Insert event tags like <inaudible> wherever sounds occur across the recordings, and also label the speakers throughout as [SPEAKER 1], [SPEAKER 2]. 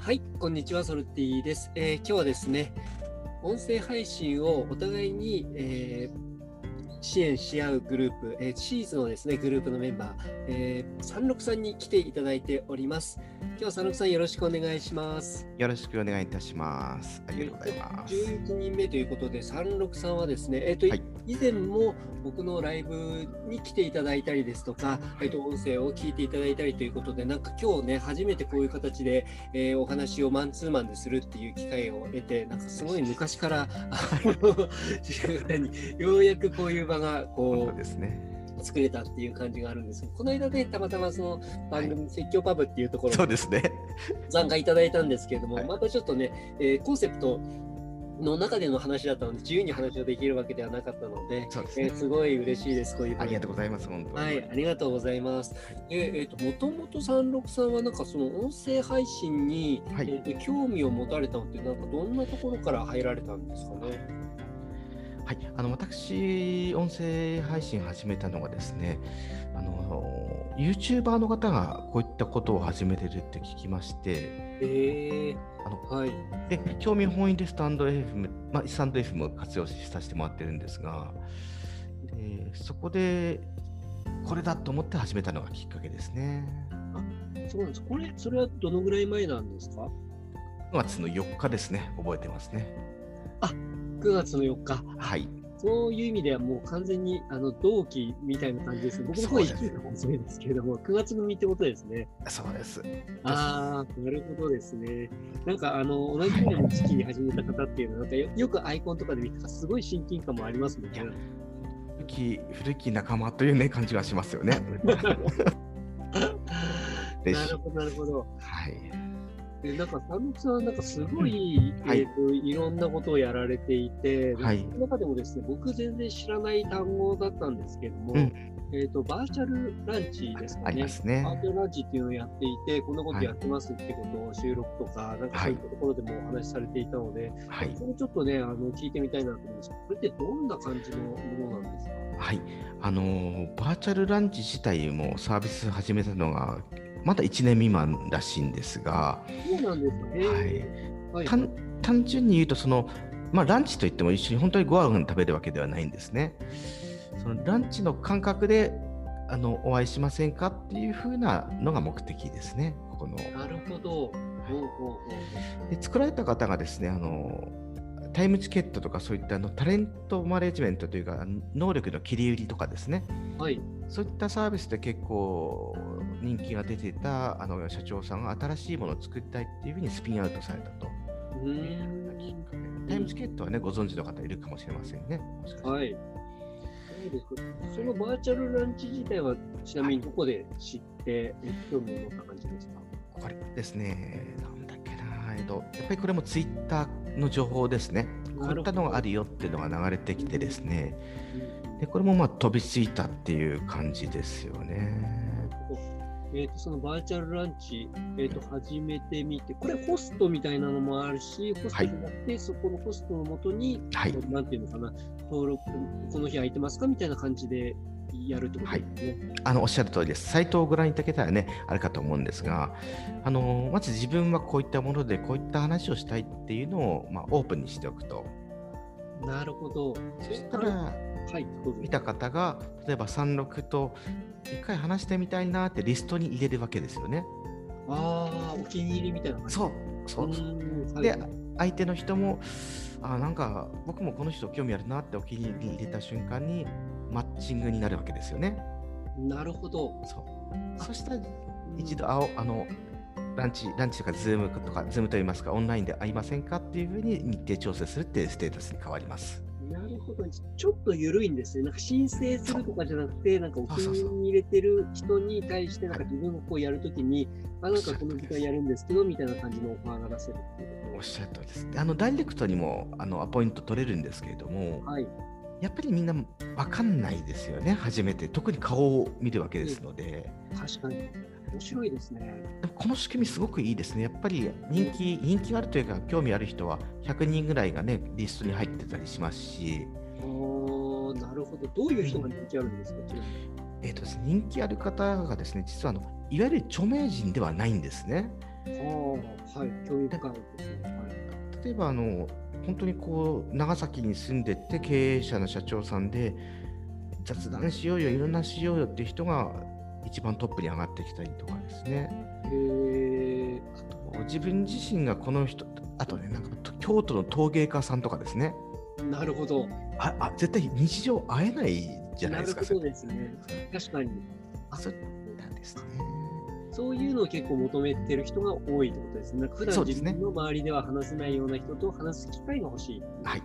[SPEAKER 1] はい、こんにちは、ソルティです。えー今日はですね、音声配信をお互いに、えー支援し合うグループ、えーシーズのですね、グループのメンバー、えー、三六さんに来ていただいております。今日は三六さんよろしくお願いします。
[SPEAKER 2] よろしくお願いいたします。ありがとうございます。
[SPEAKER 1] 11人目ということで、三六さんはですね、えっ、と、
[SPEAKER 2] はい
[SPEAKER 1] 以前も僕のライブに来ていただいたりですとか、えっ、と、音声を聞いていただいたりということで、なんか今日ね、初めてこういう形で、えーお話をマンツーマンでするっていう機会を得て、なんかすごい昔から、あの、10代にようやくこういう場が、こ
[SPEAKER 2] 本当
[SPEAKER 1] う、
[SPEAKER 2] ですね。
[SPEAKER 1] 作れたっていう感じがあるんですけど、この間ね、たまたまその番組、説教パブっていうところ
[SPEAKER 2] そうですね。
[SPEAKER 1] 参加いただいたんですけれども、
[SPEAKER 2] はい
[SPEAKER 1] またちょっとね、えーコンセプトの中での話だったので、自由に話をできるわけではなかったので、
[SPEAKER 2] そうです
[SPEAKER 1] え
[SPEAKER 2] ね
[SPEAKER 1] ー。すごい嬉しいです、こういう
[SPEAKER 2] ありがとう
[SPEAKER 1] う
[SPEAKER 2] ございます。本当に。
[SPEAKER 1] はい、ありがとうございます。で、えっ、と、もともと三六さんは、なんかその音声配信に、
[SPEAKER 2] はい
[SPEAKER 1] えーと興味を持たれたのって、なんかどんなところから入られたんですかね。
[SPEAKER 2] はい、あの私、音声配信始めたのがですね、あの YouTuber の方がこういったことを始めてるって聞きまして、
[SPEAKER 1] え
[SPEAKER 2] あの
[SPEAKER 1] ー、はい、
[SPEAKER 2] で興味本位でスタンド FM、まあ、スタンド FM を活用させてもらってるんですが、でそこでこれだと思って始めたのがきっかけですね。
[SPEAKER 1] そうなんです。これ、それはどのぐらい前なんですか。
[SPEAKER 2] 9月の4日ですね、覚えてますね。
[SPEAKER 1] 9月の4日。
[SPEAKER 2] はい。
[SPEAKER 1] そういう意味ではもう完全にあの同期みたいな感じですね。僕の方
[SPEAKER 2] そ
[SPEAKER 1] は
[SPEAKER 2] うで
[SPEAKER 1] 1
[SPEAKER 2] す
[SPEAKER 1] 期の初めですけれども、9月組ってことですね。
[SPEAKER 2] そうです。
[SPEAKER 1] ああ、なるほどですね。なんかあの同じような時期に始めた方っていうのは、なんかよよくアイコンとかで見たらすごい親近感もありますもんね
[SPEAKER 2] い。や古き古き仲間というね感じがします
[SPEAKER 1] <laughs>
[SPEAKER 2] よね。嬉
[SPEAKER 1] な
[SPEAKER 2] しい
[SPEAKER 1] るほど、なるほど。
[SPEAKER 2] はい。
[SPEAKER 1] でなんか、三木さんはなんかすごい、
[SPEAKER 2] は
[SPEAKER 1] え
[SPEAKER 2] い
[SPEAKER 1] ーといろんなことをやられていて、
[SPEAKER 2] はい
[SPEAKER 1] その中でもですね、僕全然知らない単語だったんですけれども、
[SPEAKER 2] うん
[SPEAKER 1] えっとバーチャルランチです
[SPEAKER 2] あ
[SPEAKER 1] か
[SPEAKER 2] り
[SPEAKER 1] ね
[SPEAKER 2] ま。すね
[SPEAKER 1] ア。ートランチっていうのをやっていて、こんなことやってますってことを収録とか、なんかそういったところでもお話しされていたので、
[SPEAKER 2] はい。
[SPEAKER 1] それちょっとね、あの聞いてみたいなと思うんですけど、これってどんな感じのものなんですか
[SPEAKER 2] はい。あのーバーチャルランチ自体もサービス始めたのがまだ1年未満らしいんですが、
[SPEAKER 1] そうなんですね。は
[SPEAKER 2] はいい。単単純に言うとそのまあランチといっても一緒に本当にご飯を食べるわけではないんですね。そのランチの感覚であのお会いしませんかっていう風なのが目的ですね。ここの。
[SPEAKER 1] なるほど。おうおうおう
[SPEAKER 2] で作られた方がですねあのタイムチケットとかそういったあのタレントマネジメントというか能力の切り売りとかですね
[SPEAKER 1] はい。
[SPEAKER 2] そういったサービスで結構人気が出てたあの社長さんが新しいものを作りたいっていうふうにスピンアウトされたと。
[SPEAKER 1] うーん。
[SPEAKER 2] タイムチケットはねご存知の方いるかもしれませんね。もしかして
[SPEAKER 1] はい。そうですそのバーチャルランチ自体は、ちなみにどこで知って、え興味を持った感じですか
[SPEAKER 2] これですね、なんだっけな、えっと、やっぱりこれもツイッターの情報ですね。こういったのがあるよっていうのが流れてきてですね、でこれもまあ飛びついたっていう感じですよね。
[SPEAKER 1] えー、とそのバーチャルランチ、えー、と始めてみて、これホストみたいなのもあるし、ホストじゃなくて、そこのホストのもとに、
[SPEAKER 2] はい、
[SPEAKER 1] なんていうのかな、登録、この日空いてますかみたいな感じでやるってことですね。
[SPEAKER 2] あのおっしゃる通りです。サイトをご覧いただけたらね、あれかと思うんですが、あのまず自分はこういったもので、こういった話をしたいっていうのを、まあ、オープンにしておくと。
[SPEAKER 1] なるほど。
[SPEAKER 2] そしたら、
[SPEAKER 1] はい、どうぞ
[SPEAKER 2] 見た方が、例えば36と一回話してみたいなってリストに入れるわけですよね。
[SPEAKER 1] ああ、お気に入りみたいな感じ。
[SPEAKER 2] そう、そう、そう。
[SPEAKER 1] うーん
[SPEAKER 2] で
[SPEAKER 1] はい、
[SPEAKER 2] 相手の人も、あなんか僕もこの人興味あるなってお気に入りに入れた瞬間に、マッチングになるわけですよね。
[SPEAKER 1] なるほど。
[SPEAKER 2] そう。そしたら
[SPEAKER 1] うん
[SPEAKER 2] 一度あおあのランチランチとかズームとかズームといいますかオンラインで会いませんかっていうふうに日程調整するっていうステータスに変わります。
[SPEAKER 1] なるほど。ちょっと緩いんですね。なんか申請するとかじゃなくて、なんかお気に入りに入れてる人に対して、なんか自分がこうやるときに、あ、なんかこの時間やるんですけど、みたいな感じのオファーが出せるっていう
[SPEAKER 2] お
[SPEAKER 1] こ
[SPEAKER 2] っしゃる通りです。であのダイレクトにもあのアポイント取れるんですけれども
[SPEAKER 1] と。、はい。
[SPEAKER 2] やっぱりみんな分かんないですよね初めて特に顔を見るわけですので、
[SPEAKER 1] 確かに。面白いですね。
[SPEAKER 2] でもこの仕組みすごくいいですねやっぱり人気人気があるというか興味ある人は100人ぐらいがねリストに入ってたりしますし。
[SPEAKER 1] おーなるほど。どういう人が人気あるんですか、ちなみに
[SPEAKER 2] えーとですね、人気ある方がですね、実はあのいわゆる著名人ではないんですね。
[SPEAKER 1] あ、はい、興味深いですね。
[SPEAKER 2] 例えばあの本当にこう長崎に住んでて経営者の社長さんで雑談しようよいろんなしようよっていう人が一番トップに上がってきたりとかですね
[SPEAKER 1] はい、え
[SPEAKER 2] 自分自身がこの人あとねなんか京都の陶芸家さんとかですね
[SPEAKER 1] ー、なるほど。
[SPEAKER 2] ああ絶対日常会えないじゃないですか
[SPEAKER 1] るほどですね。確かに。あ
[SPEAKER 2] それそうなんですね
[SPEAKER 1] そういうのを結構求めてる人が多いってことですね。なんか普
[SPEAKER 2] そ
[SPEAKER 1] 段
[SPEAKER 2] うです
[SPEAKER 1] 自
[SPEAKER 2] ね
[SPEAKER 1] 分の周りでは話せないような人と話す機会が欲しい。
[SPEAKER 2] はい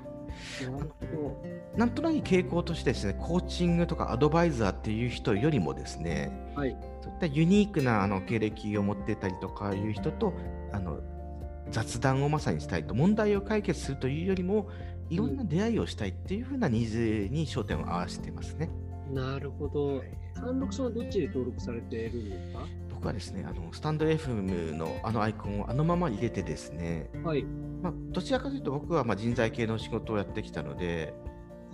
[SPEAKER 1] なるほ
[SPEAKER 2] なんとなく傾向としてですねコーチングとかアドバイザーっていう人よりもですね
[SPEAKER 1] ど。はい。
[SPEAKER 2] そういったユニークなあの経歴を持ってたりとかいう人とあの雑談をまさにしたいと問題を解決するというよりもいろんな出会いをしたいっていうふうなニーズに焦点を合わせてますね。
[SPEAKER 1] なるほど。三六さんはどっちで登録されているんですか
[SPEAKER 2] 僕はですねあのスタンド FM のあのアイコンをあのまま入れてですね、
[SPEAKER 1] はい。
[SPEAKER 2] まあ、どちらかというと僕はまあ人材系の仕事をやってきたので、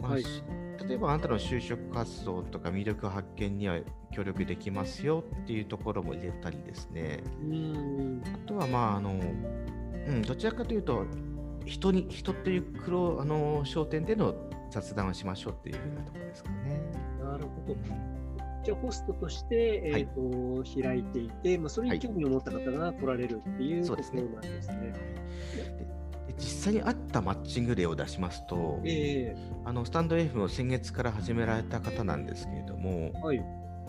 [SPEAKER 2] まあ
[SPEAKER 1] はい
[SPEAKER 2] し例えばあなたの就職活動とか魅力発見には協力できますよっていうところも入れたりですね、
[SPEAKER 1] うーん。
[SPEAKER 2] あとはまああの、うん、どちらかというと人に人っていう黒あの商店での雑談をしましょうっていうふうなところですかね。
[SPEAKER 1] なるほど。じゃあホストとして、えーと開いていて、まあ、それに興味を持った方が来られるっていうと
[SPEAKER 2] そう
[SPEAKER 1] こ
[SPEAKER 2] ですね
[SPEAKER 1] ろなんですね。
[SPEAKER 2] で実際にあったマッチング例を出しますと、
[SPEAKER 1] え
[SPEAKER 2] あのスタンド F を先月から始められた方なんですけれども、
[SPEAKER 1] えはい。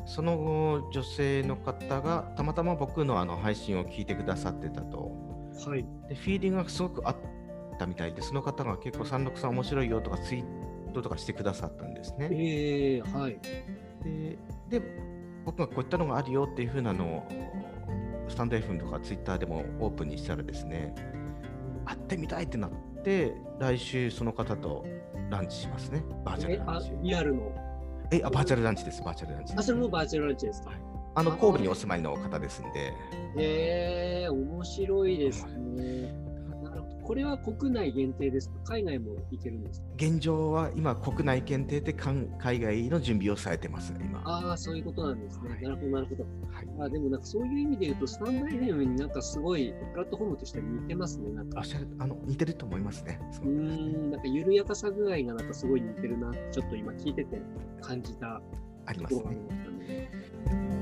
[SPEAKER 2] その後女性の方がたまたま僕のあの配信を聞いてくださってたと。
[SPEAKER 1] はい。
[SPEAKER 2] でフィーリングがすごくあったみたいで、その方が結構三六さん面白いよとかツイートとかしてくださったんですね。
[SPEAKER 1] ええはい。
[SPEAKER 2] でで僕がこういったのがあるよっていう風なのをスタンド FM とかツイッターでもオープンにしたらですね会ってみたいってなって来週その方とランチしますねバーチャル
[SPEAKER 1] え
[SPEAKER 2] ラン
[SPEAKER 1] あ
[SPEAKER 2] チ
[SPEAKER 1] リアルの。
[SPEAKER 2] えあバーチャルランチですバーチャルランチで
[SPEAKER 1] あ、
[SPEAKER 2] す
[SPEAKER 1] それもバーチャルランチですか。
[SPEAKER 2] あの神戸にお住まいの方ですんで
[SPEAKER 1] ええ面白いですね。なるほど。これは国内限定ですか海外も行けるんですか
[SPEAKER 2] 現状は今国内検定でかん海外の準備をされてます今は
[SPEAKER 1] ああ、そういうことなんですね。
[SPEAKER 2] はい
[SPEAKER 1] なるほど、なるほど。
[SPEAKER 2] い
[SPEAKER 1] まあでもなんかそういう意味で言うと、スタンド FM になんかすごいプラットフォームとして似てますね。なん
[SPEAKER 2] お
[SPEAKER 1] か
[SPEAKER 2] っ、しゃるあの似てると思いますねそう
[SPEAKER 1] うー
[SPEAKER 2] なんですね
[SPEAKER 1] ん、なんか緩やかさ具合がなんかすごい似てるなって、ちょっと今聞いてて感じた
[SPEAKER 2] ありま
[SPEAKER 1] と
[SPEAKER 2] す
[SPEAKER 1] ころがあ
[SPEAKER 2] ね
[SPEAKER 1] りましたね。